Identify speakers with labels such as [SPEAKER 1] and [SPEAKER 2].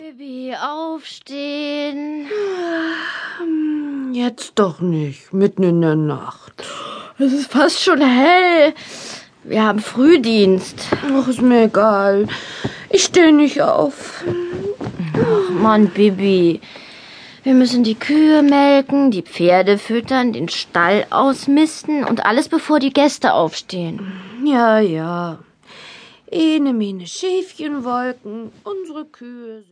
[SPEAKER 1] Bibi, aufstehen.
[SPEAKER 2] Hm, Jetzt doch nicht, mitten in der Nacht.
[SPEAKER 1] Es ist fast schon hell. Wir haben Frühdienst.
[SPEAKER 2] Ach, ist mir egal. Ich stehe nicht auf.
[SPEAKER 1] Ach Mann, Bibi. Wir müssen die Kühe melken, die Pferde füttern, den Stall ausmisten und alles bevor die Gäste aufstehen.
[SPEAKER 2] Ja, ja. Ene, mene Schäfchenwolken, unsere Kühe.